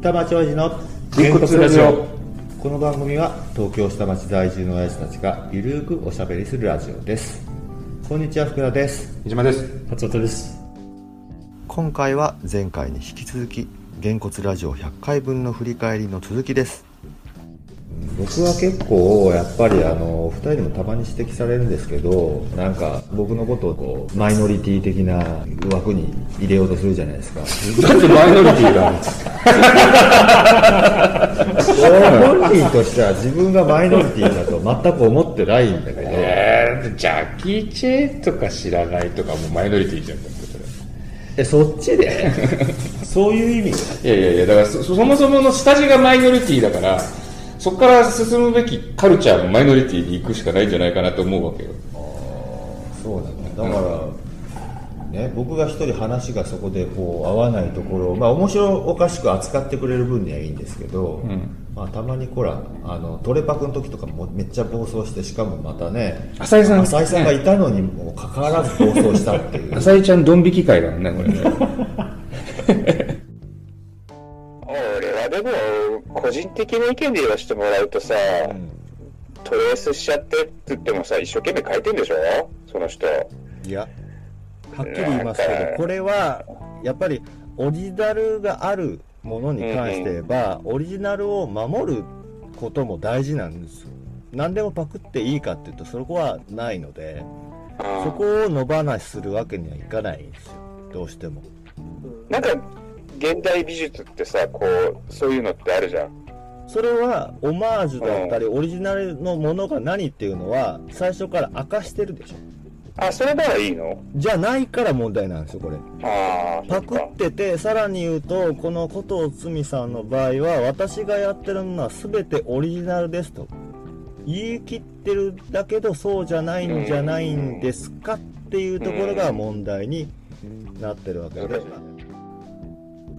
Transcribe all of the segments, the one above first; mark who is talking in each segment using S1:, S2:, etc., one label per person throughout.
S1: 下町親父の
S2: げんこつラジオ
S1: この番組は東京下町在住の親父たちがゆるーくおしゃべりするラジオですこんにちは福田です
S2: 飯島です
S3: 松本です
S1: 今回は前回に引き続きげんこつラジオ100回分の振り返りの続きです僕は結構やっぱりあのお二人にもたまに指摘されるんですけどなんか僕のことをこうマイノリティ的な枠に入れようとするじゃないですか
S2: なんでマイノリティがあるんですか
S1: 本人としては自分がマイノリティだと全く思ってないんだけど
S2: えー、ジャッキー・チェンとか知らないとかもうマイノリティじゃんだって そ
S1: えそっちで
S3: そういう意味
S2: れいやいやいやだからそそもそもの下地がマイノリティだからそこから進むべきカルチャーもマイノリティに行くしかないんじゃないかなと思うわけよ
S1: そうなんだだから、ね、僕が一人話がそこでこう合わないところを、まあ、面白おかしく扱ってくれる分にはいいんですけど、まあ、たまにほらあのトレパクの時とかもめっちゃ暴走してしかもまたね
S2: 浅井さん
S1: 浅井さんがいたのにもかかわらず暴走したっていう
S2: 浅井ちゃんドン引き会だもんねこれね
S4: 俺はでも個人的な意見で言わせてもらうとさ、トレースしちゃってって言ってもさ一生懸命書いてんでしょその人
S1: いや
S5: はっきり言いますけ
S4: なん
S5: ど
S4: か、
S5: これはやっぱりオリジナルがあるものに関して言えば、オリジナルを守ることも大事なんですよ。何でもパクっていいかっていうと、そこはないので、そこを野放しするわけにはいかないんですよ、どうしても。
S4: なんか現代美術ってさこうそういうのってあるじゃん
S5: それはオマージュだったり、オリジナルのものが何っていうのは、最初から明かしてるでしょ。
S4: あそれならいいの
S5: じゃないから問題なんですよ、これ。
S4: ああそ
S5: パ
S4: っ
S5: クっ
S4: か
S5: ててさらに言うとこの琴をつみさんの場合は私がやってるのは全てオリジナルですと言い切ってるんだけどそうじゃないんじゃないんですかっていうところが問題になってるわけで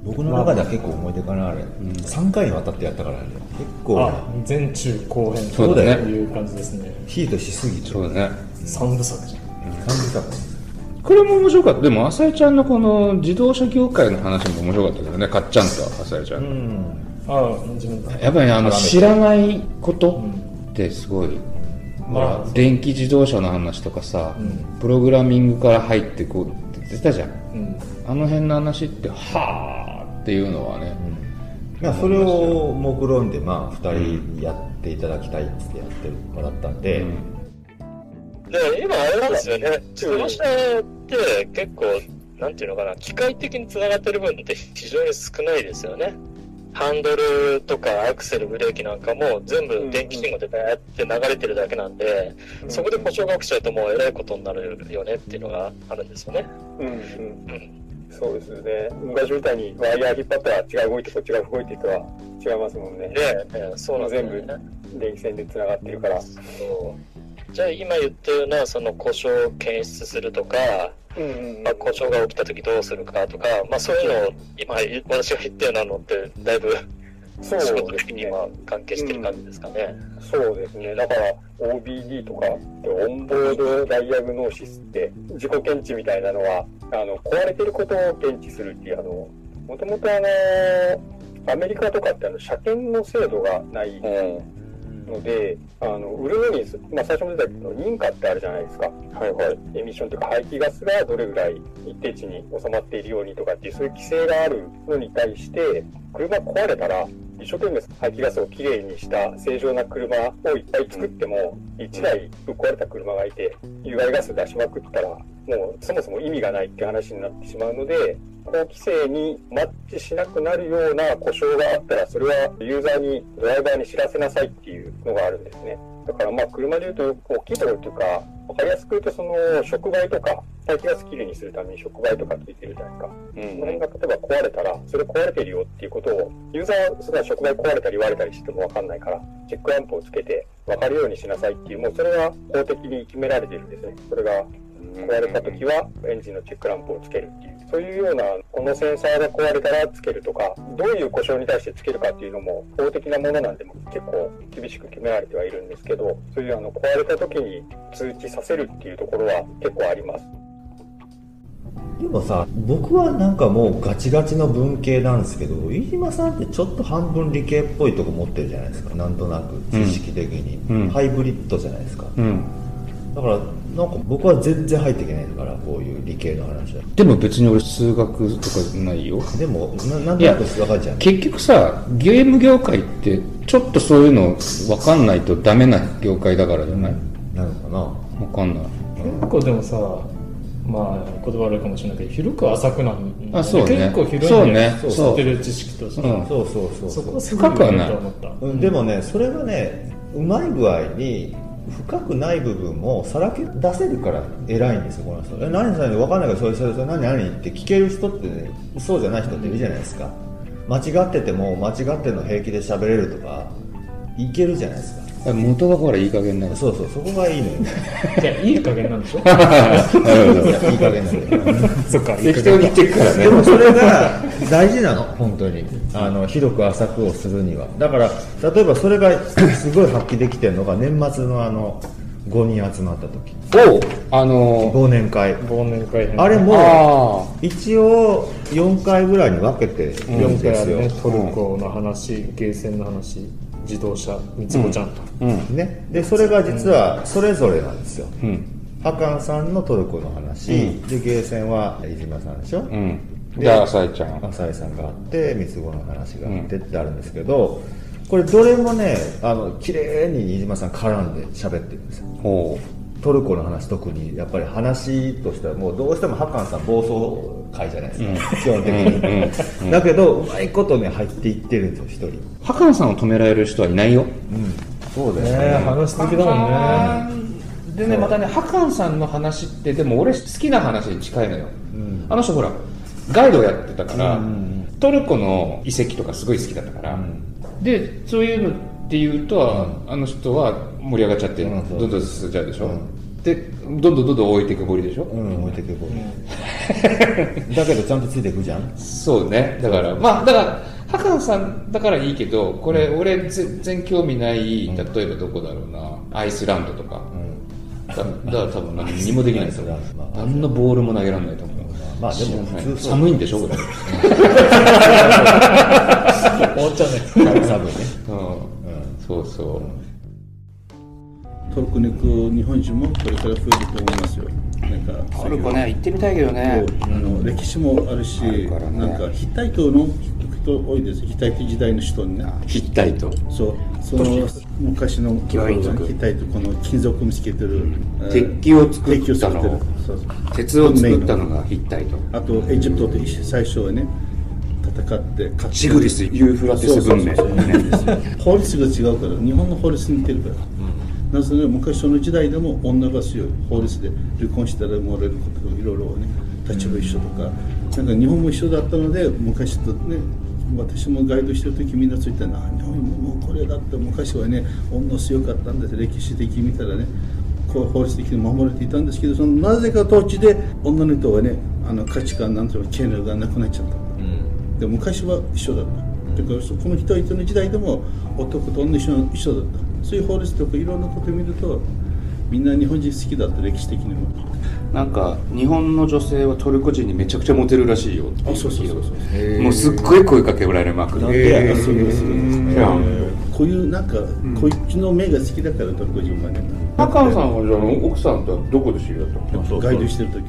S1: 僕の中では結構思い出かなあれ、3回にわたってやったからね結構
S3: あ前中後編
S2: そうだね
S3: という感じですね
S1: ヒートしすぎて
S2: そうだね
S3: 三部作じゃん
S1: 感じたもん
S2: これも面白かったでも浅井ちゃんのこの自動車業界の話も面白かったけどねかっちゃんと浅井ちゃんの、
S3: あ自分だ
S2: やっぱりねあの
S1: 絡めて
S2: 知らないことってすごい、ほら
S3: まあ
S2: 電気自動車の話とかさ、
S3: ん
S2: プログラミングから入ってこうって言ってたじゃん
S3: うん
S2: あの辺の話ってはあっていうのはね、
S1: まあ、それを目論んで、まあ、2人やっていただきたいっつってやってもらったんで、
S6: で今あれなんですよね自動車って結構なんていうのかな機械的につながってる分って非常に少ないですよねハンドルとかアクセルブレーキなんかも全部電気信号でバーって流れてるだけなんで、そこで故障が起きちゃうともうえらいことになるよねっていうのがあるんですよね
S7: うんうん、そうですよね。昔みたいにワイヤー引っ張ったら違う動いてそっちが動いてとは違いますもんね。
S6: で、ねそうなんですよ
S7: 全
S6: ね
S7: 部電気線で繋がってるから。
S6: そうじゃあ今言ったようなその故障を検出するとか、
S7: うんうん
S6: まあ、故障が起きた時どうするかとか、まあ、そういうのを今私が言ったようなのってだいぶ
S7: そう
S6: 仕事
S7: です
S6: 的に
S7: ね。
S6: 今関係してる感じですかね。
S7: そうですね。だから OBD とか、オンボードダイアグノーシスって、自己検知みたいなのは、あの、壊れてることを検知するっていう、あの、もともとあの、アメリカとかってあの、車検の制度がない
S4: うん
S7: ので、あの売るのに、まあ、最初も出たけど、認可ってあるじゃないですか、はいはい、エミッションというか、排気ガスがどれぐらい一定値に収まっているようにとかっていう、そういう規制があるのに対して、車壊れたら、一生懸命排気ガスをきれいにした正常な車をいっぱい作っても、1台ぶっ壊れた車がいて、有害ガス出しまくったら、もうそもそも意味がないって話になってしまうので、法規制にマッチしなくなるような故障があったら、それはユーザーに、ドライバーに知らせなさいっていうのがあるんですね。だからまあ、車で言うと、大きいところというか、わかりやすく言うと、その、触媒とか、排気ガスきれいにするために触媒とかついてるじゃないですか。
S4: うん
S7: この辺が例えば壊れたら、それ壊れてるよっていうことを、ユーザーはそれは触媒壊れたり割れたりしてもわかんないから、チェックランプをつけて分かるようにしなさいっていう、もうそれは法的に決められてるんですね。それが壊れた時はエンジンのチェックランプをつけるっていうそういうようなこのセンサーが壊れたらつけるとかどういう故障に対してつけるかっていうのも法的なものなんでも結構厳しく決められてはいるんですけどそういうあの壊れた時に通知させるっていうところは結構あります
S1: でもさ僕はなんかもうガチガチの文系なんですけど飯島さんってちょっと半分理系っぽいとこ持ってるじゃないですかなんとなく知識的に、
S2: うん
S1: ハイブリッドじゃないですか、
S2: うん。
S1: だからなんか僕は全然入っていけないからこういう理系の話は
S2: でも別に俺数学とかないよ。
S1: でもななんとなく分かるじゃん
S2: 結局さ、ゲーム業界ってちょっとそういうの分かんないとダメな業界だからじゃない
S1: なのかな
S2: 分かんない。
S3: 結構でもさまあ言葉悪いかもしれないけど広く浅くなんだ
S2: あそうね
S3: 結構広いんだよ
S2: そうね
S3: 知ってる知識として、
S2: うん
S1: そうそうそう
S3: そこ
S1: う
S3: はすごい
S2: 深くはない
S3: と思った
S1: うん、でもねそれがねうまい具合に深くない部分もさらけ出せるから偉いんですよこの人え何々分かんないからそれそれそれ何何って聞ける人ってねそうじゃない人っているじゃないですか間違ってても間違ってんの平気で喋れるとかいけるじゃないですか
S2: あ元がほらいい加減だから。
S1: そうそうそこがいいのよ
S3: じゃあいい加減なんでしょ
S1: いやいい加減なんだよ
S3: そっかいい加
S2: 適当
S3: 減
S2: に言ってるからね
S1: で。もそれが大事な の本当にあの広く浅くをするにはだから例えばそれがすごい発揮できてるのが年末のあの5人集まった時
S2: おあの
S1: 忘年会
S3: 忘年会編
S1: あれ
S2: ー、
S1: も
S2: あ
S1: 一応4回ぐらいに分けてるん
S3: 4
S1: で
S3: 回あ
S1: すよ
S3: るね、トルコの話、ゲーセンの話自動車三つ子ちゃんと、
S2: あ、うん。
S1: ね、でそれが実はそれぞれなんですよ
S2: うん。
S1: ハカンさんのトルコの話、でゲーセンは飯島さんでしょ、
S2: うん。で、浅井ちゃん。
S1: 浅井さんがあって三つ子の話があってってあるんですけど、これどれもねあの綺麗に飯島さん絡んで喋ってるんですよ
S2: おう。
S1: トルコの話特にやっぱり話としてはもうどうしてもハカンさん暴走会じゃないですか、基本的に、だけどうまいことね入っていってるんですよ一人
S2: 博野さんを止められる人はいないよ。
S1: そうだ
S3: ねえ話し続けだもんね
S2: でねまたねハカンさんの話ってでも俺好きな話に近いのよ、あの人ほらガイドをやってたから、トルコの遺跡とかすごい好きだったから、でそういうのっていうと、あの人は盛り上がっちゃって、
S1: うんそう
S2: どんどん進んじゃうでしょ、でどんどんどんどん置いていくぼりでしょ、
S1: うん置いてけ ぼりだけどちゃんとついてくじゃん
S2: そうねだからまあだからハカンさんだからいいけどこれ俺全然興味ない例えばどこだろうなアイスランドとか、だだから多分何にもできないと思う
S1: まあ
S2: 何のボールも投げられないと思う
S1: まあでも
S2: 知らない
S1: 普通そう
S2: 寒いんでしょこれ、
S1: 多
S3: 終わっちゃうね
S1: 分ね
S2: うんそうそう、
S8: トルコに行く日本人もこれから増えると思いますよ。なんかトルコね行ってみたいけどね。あの歴史もあるし、なんかヒッタイトの人多いです。ヒッタイト時代の人にね。
S2: ヒッタイト
S8: そうその昔のヒッタイトこの金属を見つけてる
S2: 鉄器を作ったの
S8: 鉄器を作ってるそうそう
S2: 鉄を作ったのがヒッタイト
S8: あとエジプトと一緒最初はね戦って勝って
S2: シグリスユーフラテス文明
S8: そうそうそうそう 法律が違うから日本の法律に似てるから、なぜなら昔その時代でも女が強い法律で離婚したらもらえることがいろいろね立場一緒とか、なんか日本も一緒だったので昔とね私もガイドしてる時みんなついてな日本ももうこれだって昔はね女強かったんです歴史的に見たらねこう法律的に守れていたんですけどそのなぜか当地で女の人はねあの価値観なんていうの権力がなくなっちゃった、で昔は一緒だった。だからそこの人々の時代でも男と女一緒一緒だった。そういう法律とかいろんなこと見るとみんな日本人好きだった歴史的にも。
S9: なんか日本の女性はトルコ人にめちゃくちゃモテるらしいよって
S8: あそうそうそうそう。
S9: もうすっごい声かけられまくる
S8: えー、そうです
S9: いや
S8: こういうなんか、こっちの目が好きだからトルコ人はね。
S2: ハカンさんはじゃあ奥さんとはどこで知り合ったの
S8: ガイドしてる時。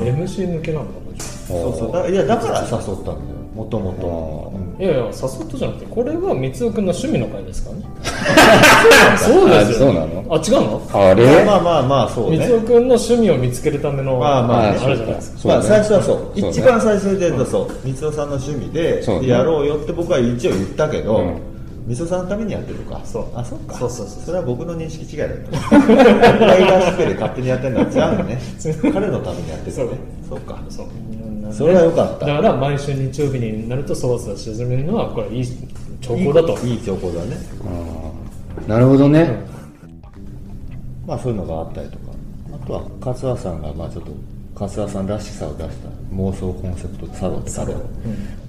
S3: MC 抜けなんだこ れ
S1: そうそうだいやだから誘ったんだよもとも
S3: いやいや誘ったじゃなくてこれは光雄君の趣味の会ですからね そうなんですよ
S2: あそうなの
S3: あ違うの
S1: と
S2: あれ
S1: まあまあまあそう
S3: 光
S1: ね
S3: 雄君の趣味を見つけるための
S1: まあまあね
S3: れじゃないですか
S2: そう
S1: ま
S2: ね
S1: あ最初はそう
S2: そうね
S1: 一番最初に出たそう光代さんの趣味で
S2: そうね
S1: やろうよって僕は一応言ったけ
S2: う
S1: ど
S2: ん
S1: 光代さんのためにやってるのか
S3: そう
S1: あそっか
S3: そうそうそう
S1: れは僕の認識違いだった僕がイラストで勝手にやってるのは違うのね 彼のためにやってるのねそうか
S3: そううん
S1: それは良かった
S3: だから毎週日曜日になるとそわそわし始めるのはこれいい兆候だと
S1: いい兆候だね
S2: なるほどね、
S1: まあそういうのがあったりとかあとは春日さんがまあちょっと春日さんらしさを出した妄想コンセプトサロンサロン、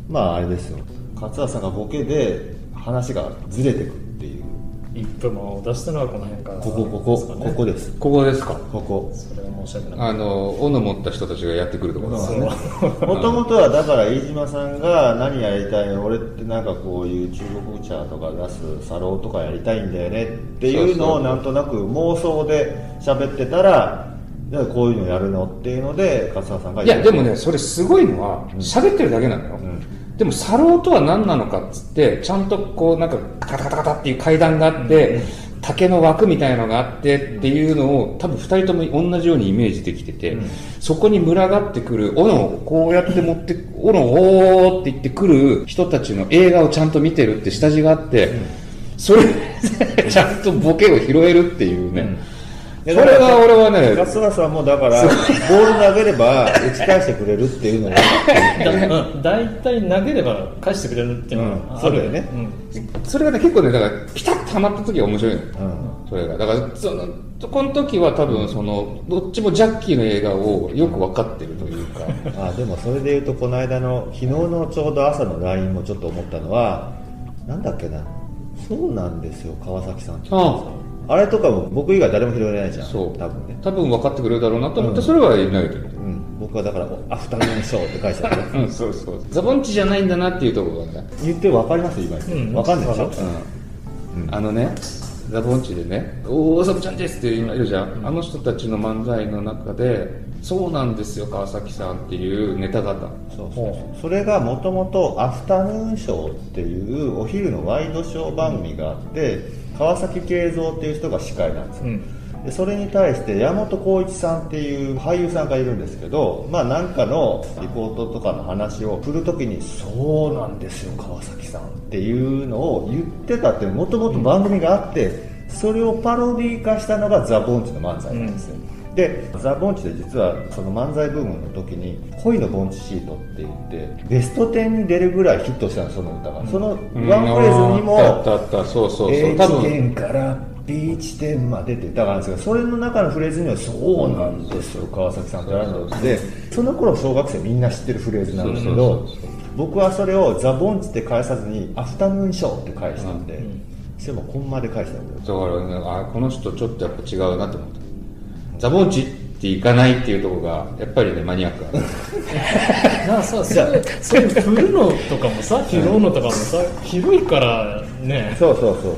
S1: まああれですよ勝田さんがボケで話がずれてくっていう
S3: 一歩も出したのはこの辺から、
S1: ここここここです
S2: ここですか
S1: ここ
S3: それは申し訳ない
S2: あの斧持った人たちがやってくるところですね
S1: もともとはだから飯島さんが何やりたいの俺ってなんかこういう中国茶とか出すサローとかやりたいんだよねっていうのをなんとなく妄想で喋ってたらじゃあこういうのやるのっていうので勝田さんが
S2: いやでもねそれすごいのは喋ってるだけなのよ、でもサローとは何なのかっつってちゃんとこうなんかカタカタカタっていう階段があって、竹の枠みたいのがあってっていうのを多分2人とも同じようにイメージできてて、そこに群がってくる斧をこうやって持って斧をおーって言ってくる人たちの映画をちゃんと見てるって下地があって、それでちゃんとボケを拾えるっていうね、
S1: うん
S2: それは俺はね
S1: 勝田さんもだからボール投げれば打ち返してくれるっていうのが
S3: だ大体投げれば返してくれるっていうのは
S1: うんそ
S3: ある
S1: うだよね
S3: うん
S2: それがね結構ねだからピタッとはまった時は面白いのよ、
S1: う
S2: それがだからそのこの時は多分そのどっちもジャッキーの映画をよく分かってるというか、
S1: あでもそれでいうとこの間の昨日のちょうど朝の LINE もちょっと思ったのはなんだっけなそうなんですよ川崎さんと
S2: あ
S1: あれとかも僕以外誰も拾えないじゃん
S2: そう
S1: 多分ね、
S2: 多分分かってくれるだろうなと思ってそれは投げてる、
S1: うん、僕はだから「あ二人目にしよう」って返したね
S2: うん、そうそうザボンチじゃないんだなっていうところがね
S1: 言って分かります今言って、
S3: うん
S1: 分かんないでしょ、
S3: わか
S2: あのね、ザボンチでね、おお、サブちゃんですって今いるじゃん、あの人たちの漫才の中で、そうなんですよ、川崎さんっていうネタ方、
S1: うんそうそうそうそれがもともとアフタヌーンショーっていうお昼のワイドショー番組があって、川崎慶三っていう人が司会なんですよ、
S3: うん
S1: でそれに対して山本浩一さんっていう俳優さんがいるんですけど、まあ、なんかのリポートとかの話を振るときに「そうなんですよ川崎さん」っていうのを言ってたってもともと番組があって、それをパロディー化したのがザ・ボンチの漫才なんですよ、でザ・ボンチで実はその漫才ブームの時に「恋のボンチシート」って言ってベスト10に出るぐらいヒットしたのその歌が、そのワンフレーズにも、
S2: うんあったあったあった、そうそうそう、
S1: A
S2: 多
S1: 地
S2: 分
S1: 点から B 地点までって歌があるんですけどそれの中のフレーズには「そうなんですよ川崎さん」ってあるのでその頃小学生みんな知ってるフレーズなんですけど僕はそれを「ザ・ボンチ」って返さずに「アフタヌーンショー」って返したんでそれもコンマで返したんだよ
S2: だからね、あこの人、ちょっとやっぱ違うなと思った、ザボンチっていかないっていうところが、やっぱりね、マニアックなの
S3: なあさそれそれ振るのとか もさ拾うのとかもさ広いからね
S1: そうそうそうそうそう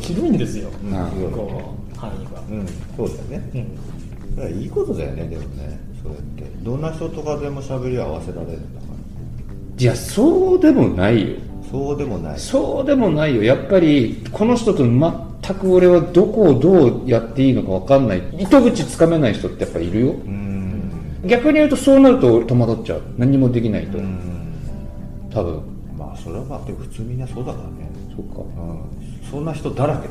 S3: 広いんですよ
S2: な
S1: うん
S3: こう範囲が
S1: うんそうだよね
S3: うん
S1: だからいいことだよねでもねそれってどんな人とかでも喋り合わせられるんだか
S2: いや、そうでもないよ。
S1: らそうでもない
S2: そうでもないよやっぱりこの人と全く俺はどこをどうやっていいのか分かんない糸口つかめない人ってやっぱいるよ逆に言うとそうなると俺戸惑っちゃう何もできないと多分
S1: まあそれはまあでも普通みんなそうだからね
S2: そっか
S1: うん、そんな人だらけだね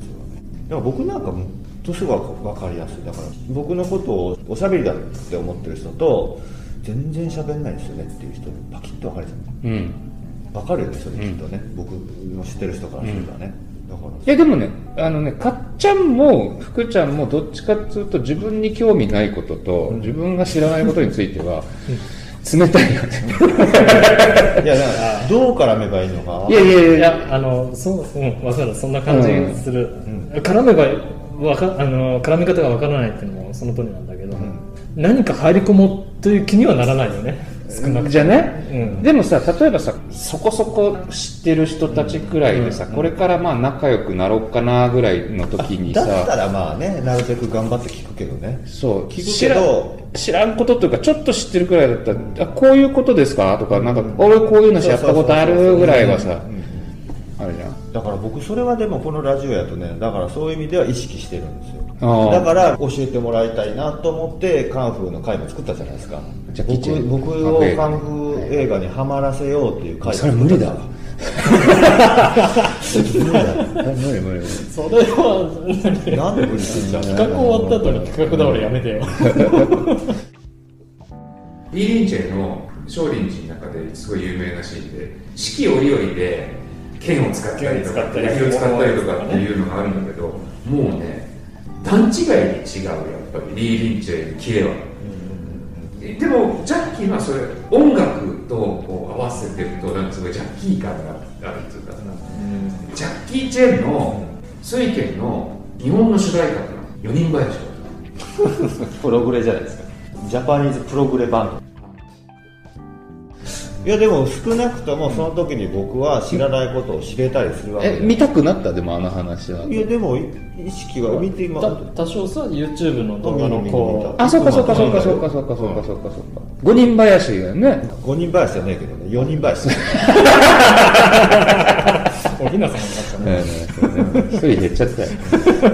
S1: 普通はねでも僕なんかもとすごく分かりやすいだから僕のことをおしゃべりだって思ってる人と全然しゃべんないですよねっていう人にパキッと分かれちゃ
S2: うん
S1: う分かるよねそれきっとね、僕の知ってる人からするとね、だから
S2: いやでもねあのねかっちゃんも福ちゃんもどっちかっつうと自分に興味ないことと自分が知らないことについては冷たいよね
S1: いやだからどう絡め ばいいのか
S2: いやいやいや
S3: いやあのそううんわかるそんな感じする、絡めばわかあの絡み方がわからないっていうのもその通りなんだけど、何か入り込もうという気にはならないよね少なく
S2: じゃね、
S3: うん
S2: でもさ例えばさそこそこ知ってる人たちくらいでさ、これからまあ仲良くなろうかなぐらいの時に
S1: だった
S2: さ
S1: らまあねなるべく頑張って聞くけどね
S2: そう
S1: 聞く
S2: 知
S1: け
S2: ら
S1: ど
S2: 知らんことというかちょっと知ってるくらいだったらあこういうことですかとかなんか俺こういうのやったことあるぐらいはさあるじゃん
S1: だから僕それはでもこのラジオやとねだからそういう意味では意識してるんです
S2: あ
S1: よ
S2: あ
S1: だから教えてもらいたいなと思ってカンフーの回も作ったじゃないですか
S2: じゃあ聞いちゃう
S1: 僕僕をカンフー映画にはまらせようっていう回
S2: それ無理だわ
S1: 無理無理
S3: それは何
S1: なんで無理すんじゃん
S3: 企画終わった後に企画倒れやめてよ
S2: ビリンチェの少林寺の中ですごい有名なシーンで四季折々で剣を使ったりとか
S3: 剣を使ったり
S2: 槍を使ったりとかっていうのがあるんだけどもうね段違いに違うやっぱりリー・リンチェのキレは。でもジャッキーはそれ音楽とこう合わせてるとなんかすごいジャッキー感があるっていうか、ジャッキー・チェンの水軒の日本の主題歌って4人林だった
S1: プログレじゃないですかジャパニーズプログレバンドいやでも少なくともその時に僕は知らないことを知れたりするわけ
S2: え
S1: で
S2: 見たくなったでもあの話はい
S1: やでもい意識は見て今
S3: た多少さ YouTube の動画のこ
S2: あそうかそうかそうかそうかそうかそうかそうかそうか五人林だよね
S1: 5人林じゃねえけどね4人林
S3: うおひなさんになっちゃうね
S2: 一人減っちゃったよ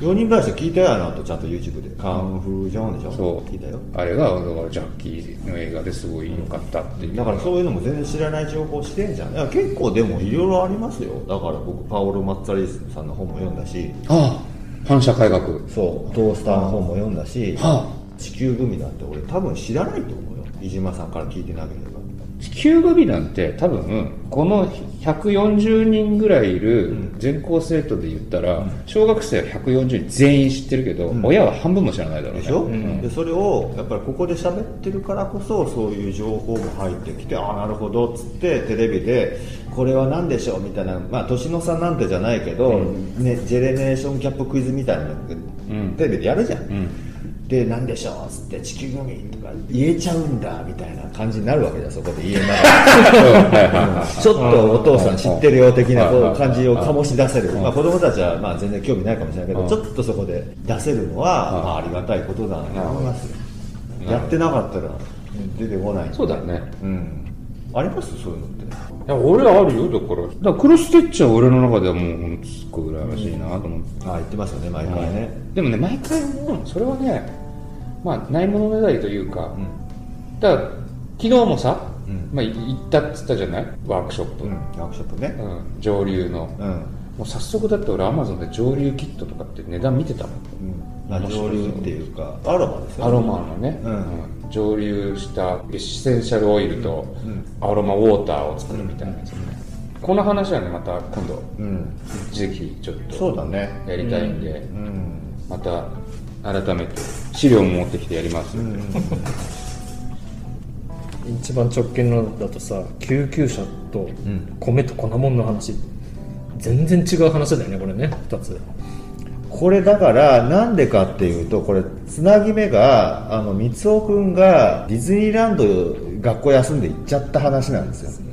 S1: 4人林聞いたよあの後ちゃんと YouTube でカンフルジョンでしょ
S2: そう
S1: 聞いたよ
S2: あれがだからジャッキーの映画ですごい良かったっていう
S1: だからそういうのも全然知らない情報してんじゃんいや結構でもいろいろありますよだから僕パオロ・マッツァリスさんの本も読んだし
S2: ああ反社会学
S1: そうトースターの本も読んだし
S2: は
S1: 地球グミなんて俺多分知らないと思うよ飯島さんから聞いてなければ
S2: あ地球グミなんて多分この140人ぐらいいる全校生徒で言ったら小学生は140人全員知ってるけど
S1: ん
S2: 親は半分も知らないだろうね
S1: でしょ、
S2: うん
S1: でそれをやっぱりここで喋ってるからこそそういう情報も入ってきてああなるほどっつってテレビでこれは何でしょうみたいなまあ年の差なんてじゃないけど、ね、ジェネレーションギャップクイズみたいなのって
S2: ん
S1: テレビでやるじゃん、
S2: ん
S1: で何でしょうっつって地球ゴミとか言えちゃうんだみたいな感じになるわけじゃんそこで言えながら ちょっとお父さん知ってるよ的なこう感じを醸し出せる、まあ、子供たちはまあ全然興味ないかもしれないけどちょっとそこで出せるのはまあありがたいことだなと思いますよやってなかったら出てこない
S2: そうだよね
S1: うんありますそういうのって
S2: いや俺あるよだからだからクロステッチは俺の中ではもうすっごい羨ましいなと思って、
S1: あ言ってますよね毎回ね、
S2: でもね毎回思うそれはねまあないものねだりというか、だから昨日もさ、
S1: うん
S2: まあ、い行ったっつったじゃないワークショップ、
S1: う
S2: うん
S1: んワークショップね
S2: 上流の、
S1: う
S2: も
S1: ん、
S2: う早速だって俺アマゾンで上流キットとかって値段見てたもん
S1: うん、まあ上流っていうかアロマですよ
S2: アロマのね、
S1: うん
S2: うん蒸留したエッセンシャルオイルとアロマウォーターを作るみたいなやつね、この話はねまた今度
S1: うん
S2: ぜひちょっ
S1: そう
S2: と
S1: だね
S2: やりたいんで、
S1: うん
S2: また改めて資料も持ってきてやりますんで、
S3: 一番直近のだとさ救急車と米と粉もんの話、全然違う話だよねこれね2つ
S1: これだからなんでかっていうとこれつなぎ目があの三尾くんがディズニーランド学校休んで行っちゃった話なんですよ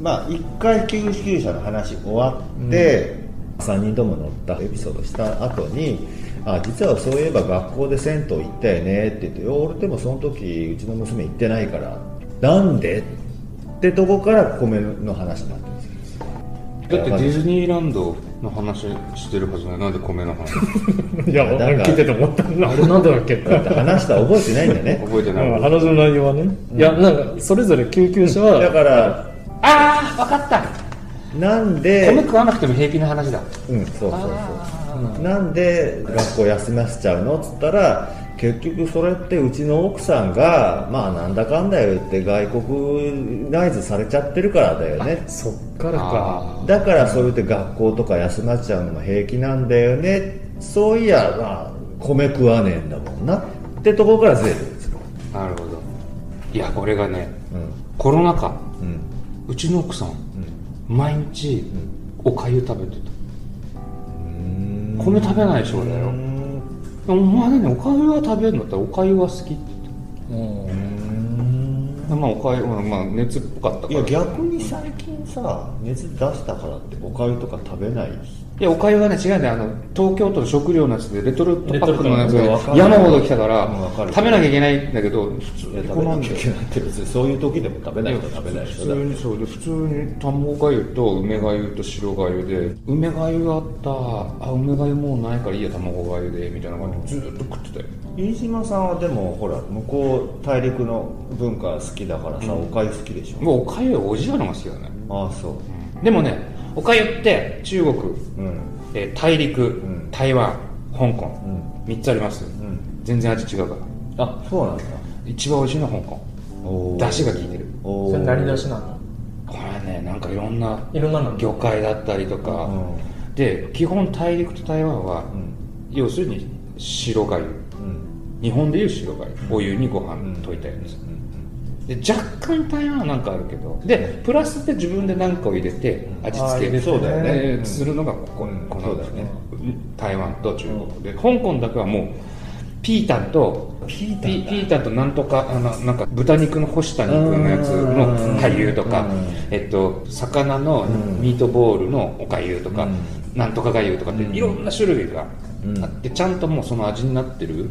S1: まあ一回救急車の話終わって、3人とも乗ったエピソードした後にあ実はそういえば学校で銭湯行ったよねって言っていや俺でもその時うちの娘行ってないからなんでってとこから米の話になってるんですよ
S2: だってディズニーランドの話してるはずなのになんで米の 話
S3: いや
S1: なんか
S3: 聞いてて思ったあれなんでだっけって
S1: だって話したら覚えてないんだよね
S2: 覚えてない、
S3: 話の内容はね、いやなんかそれぞれ救急車
S1: だ
S3: は
S1: から
S2: ああ分かった
S1: なんで
S2: 米食わなくても平気な話だ
S1: うん、そうそうそうなんで学校休ませちゃうのっつったら結局それってうちの奥さんがまあなんだかんだ言って外国ナイズされちゃってるからだよね
S3: そっからか
S2: あ
S1: だからそう言って学校とか休まっちゃうのも平気なんだよねそういやまあ米食わねえんだもんなってとこからずれてるんですよ、
S2: あなるほどいやこれがね
S1: うん
S2: コロナ禍
S1: うん、
S2: うちの奥さん、毎日おかゆ食べてた米食べないでしょ俺よお前ねおかゆは食べるんだったらおかゆは好きって言ってたまあおかゆまあ熱っぽかったか
S1: い
S2: ら
S1: や逆に最近さ熱出したからっておかゆとか食べない
S2: いやおかゆはね違うんだよあの東京都の食料のやつでレトルトパックのやつ
S1: レトルトの
S2: が山ほど来たから
S1: うんわかる
S2: 食べなきゃいけないんだけど普通
S1: いや食
S2: に
S1: べ
S2: 好
S1: なんき
S2: で
S1: ゃいけないって別にそういう時でも食べない人は食べないでし
S2: 普
S1: ょ
S2: 通にそうで普通に田んぼがゆと梅がゆと白がゆで梅がゆがあったあ梅がゆもうないからいいや卵がゆでみたいな感じでずっと食ってたよ
S1: 飯島さんはでもほら向こう大陸の文化好きだからさ、おかゆ好きでしょ、
S2: もうおかゆはおじやのが好きだね
S1: ああそう
S2: でもねおかゆって中国、
S1: うん
S2: えー大陸、
S1: ん
S2: 台湾香港、
S1: うん
S2: 三3つあります、
S1: ん
S2: 全然味違うから
S1: あそうなんだ
S2: 一番美味しいのは香港
S1: お
S2: 出汁が効いてる
S1: お
S3: それ何出
S1: 汁
S3: しなの
S2: これはねなんかいろんない
S3: ろんなの
S2: 魚介だったりとか、
S1: う
S2: で基本大陸と台湾は、
S1: うん
S2: 要するに白がゆ
S1: うん
S2: 日本でいう白がゆお湯にご飯
S1: うん
S2: 溶いたやつ、
S1: うん
S2: で若干台湾はなんかあるけどでプラスで自分で何かを入れて味付け
S1: そうだよね
S2: えーするのがこここの
S1: そうだよね
S2: 台湾と中国で香港だけはもうピータンとピータンピータンとなんとかあのなんか豚肉の干した肉のやつの俳優とか、えっと、魚のミートボールのおかゆとか、なんとかがゆとかっていろんな種類があって、ちゃんともうその味になってる、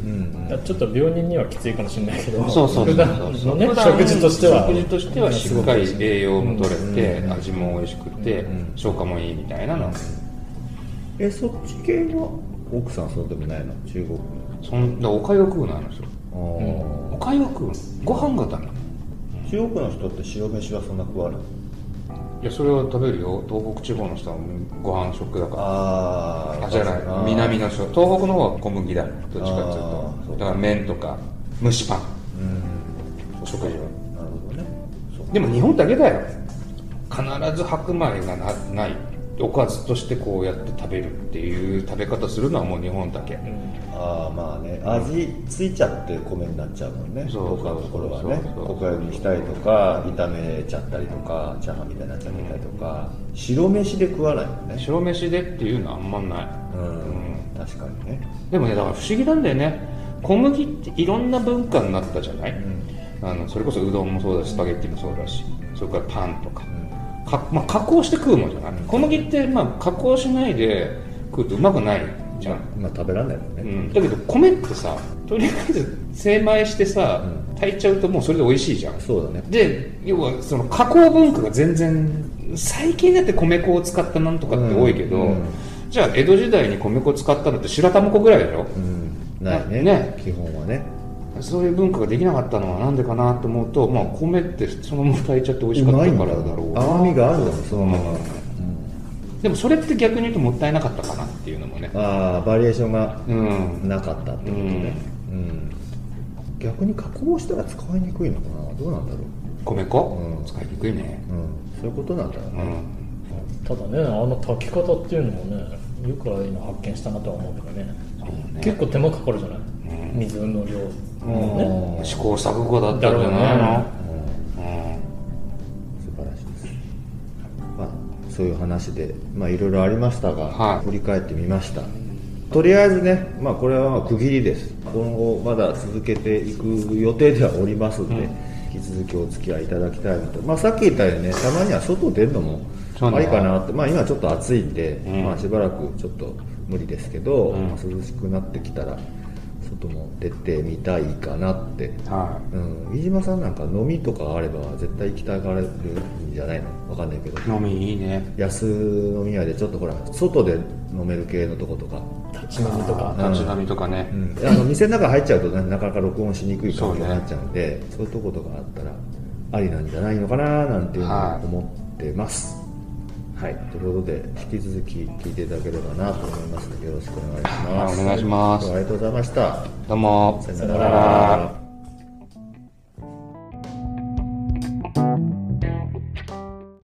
S3: ちょっと病人にはきついかもしれないけど
S2: そうそうそう
S3: 普段のね
S2: 普段
S3: 食事としては
S2: 食事としてはしっかり栄養も取れて、味も美味しくて、消化もいいみたいなの、
S1: えそっち系は奥さんそうでもないの中国
S2: そんなおかゆを食うのあの人
S1: の、
S2: おかゆを食うのご飯がダメ
S1: あー中国の人って白飯はそんな食わない
S2: いやそれは食べるよ東北地方の人はご飯食だから
S1: あー
S2: あじゃない南の人東北の方は小麦だどっちかっていう
S1: あーそ
S2: と
S1: う
S2: だから麺とか蒸しパン
S1: うん
S2: 食事は
S1: なるほどねそう
S2: でも日本だけだよ必ず白米がなないおかずとしてこうやって食べるっていう食べ方するのはもう日本だけ、
S1: ああまあね味ついちゃって米になっちゃうもんね
S2: そう
S1: 他のところはね
S2: そう
S1: おかゆにしたりとか炒めちゃったりとかチャーハンみたいになっちゃったりとか、白飯で食わないもんね
S2: 白飯でっていうのはあんまない、
S1: うん、確かにね
S2: でもねだから不思議なんだよね小麦っていろんな文化になったじゃない、あのそれこそうどんもそうだしスパゲッティもそうだしそれからパンとか,、かまあ、加工して食うもんじゃない小麦って、まあ、加工しないで食うとうまくないじゃん、
S1: まあ食べられないもんね、
S2: うんだけど米ってさとりあえず精米してさ、炊いちゃうともうそれで美味しいじゃん
S1: そうだね
S2: で要はその加工文化が全然最近だって米粉を使ったなんとかって多いけど、
S1: うんうん
S2: じゃあ江戸時代に米粉を使ったのって白玉粉ぐらいでしょ、
S1: うんないね
S2: ね
S1: 基本はね
S2: そういう文化ができなかったのはなんでかなと思うと、まあ、米ってそのまま炊いちゃって美味しかったからだろう
S1: 甘みがあるだろそのまま、
S2: うんでもそれって逆に言うともったいなかったかなっていうのもね
S1: ああバリエーションが
S2: うん
S1: なかったってことね、うん逆に加工したら使いにくいのかなどうなんだろ
S2: 米粉、
S1: うん
S2: 使いにくいね
S1: う、うん、そういうことなんだろう
S2: う
S1: ね、
S2: ん
S3: ただねあの炊き方っていうのもねよくああいうの発見したなとは思うけどね結構手間かかるじゃない、水の量もね、
S2: 試行錯誤だったんじゃない
S3: だろ
S2: の、
S1: 素晴らしいです、まあ、そういう話でまあいろいろありましたが、
S2: はい
S1: 振り返ってみましたとりあえずね、まあ、これはまあ区切りです今後まだ続けていく予定ではおりますんで、引き続きお付き合いいただきたいのと、まあ、さっき言ったようにねたまには外出るのも
S2: そうね
S1: ありかなって、まあ、今ちょっと暑いんで、
S2: ん
S1: まあ、しばらくちょっと無理ですけど、
S2: うん
S1: まあ涼しくなってきたら外も出てみたいかなって
S2: うんは
S1: うん、飯島さんなんか飲みとかあれば絶対行きたがれるんじゃないのわかんないけど
S2: い飲みいいね
S1: 安飲み屋でちょっとほら外で飲める系のとことか、
S3: 立ち飲みとか
S2: 立ち飲みとかね、
S1: あの店の中入っちゃうとねなかなか録音しにくい
S2: そ
S1: 環
S2: う
S1: 境
S2: ね
S1: になっちゃうんでそう,、いうとことかあったらありなんじゃないのかななんていうの
S2: はい
S1: を思ってますはい、ということで引き続き聞いていただければなと思いますのでよろしくお願いします、
S2: はいお願いします
S1: 今日はありがとうございました
S2: どうも
S1: さよなら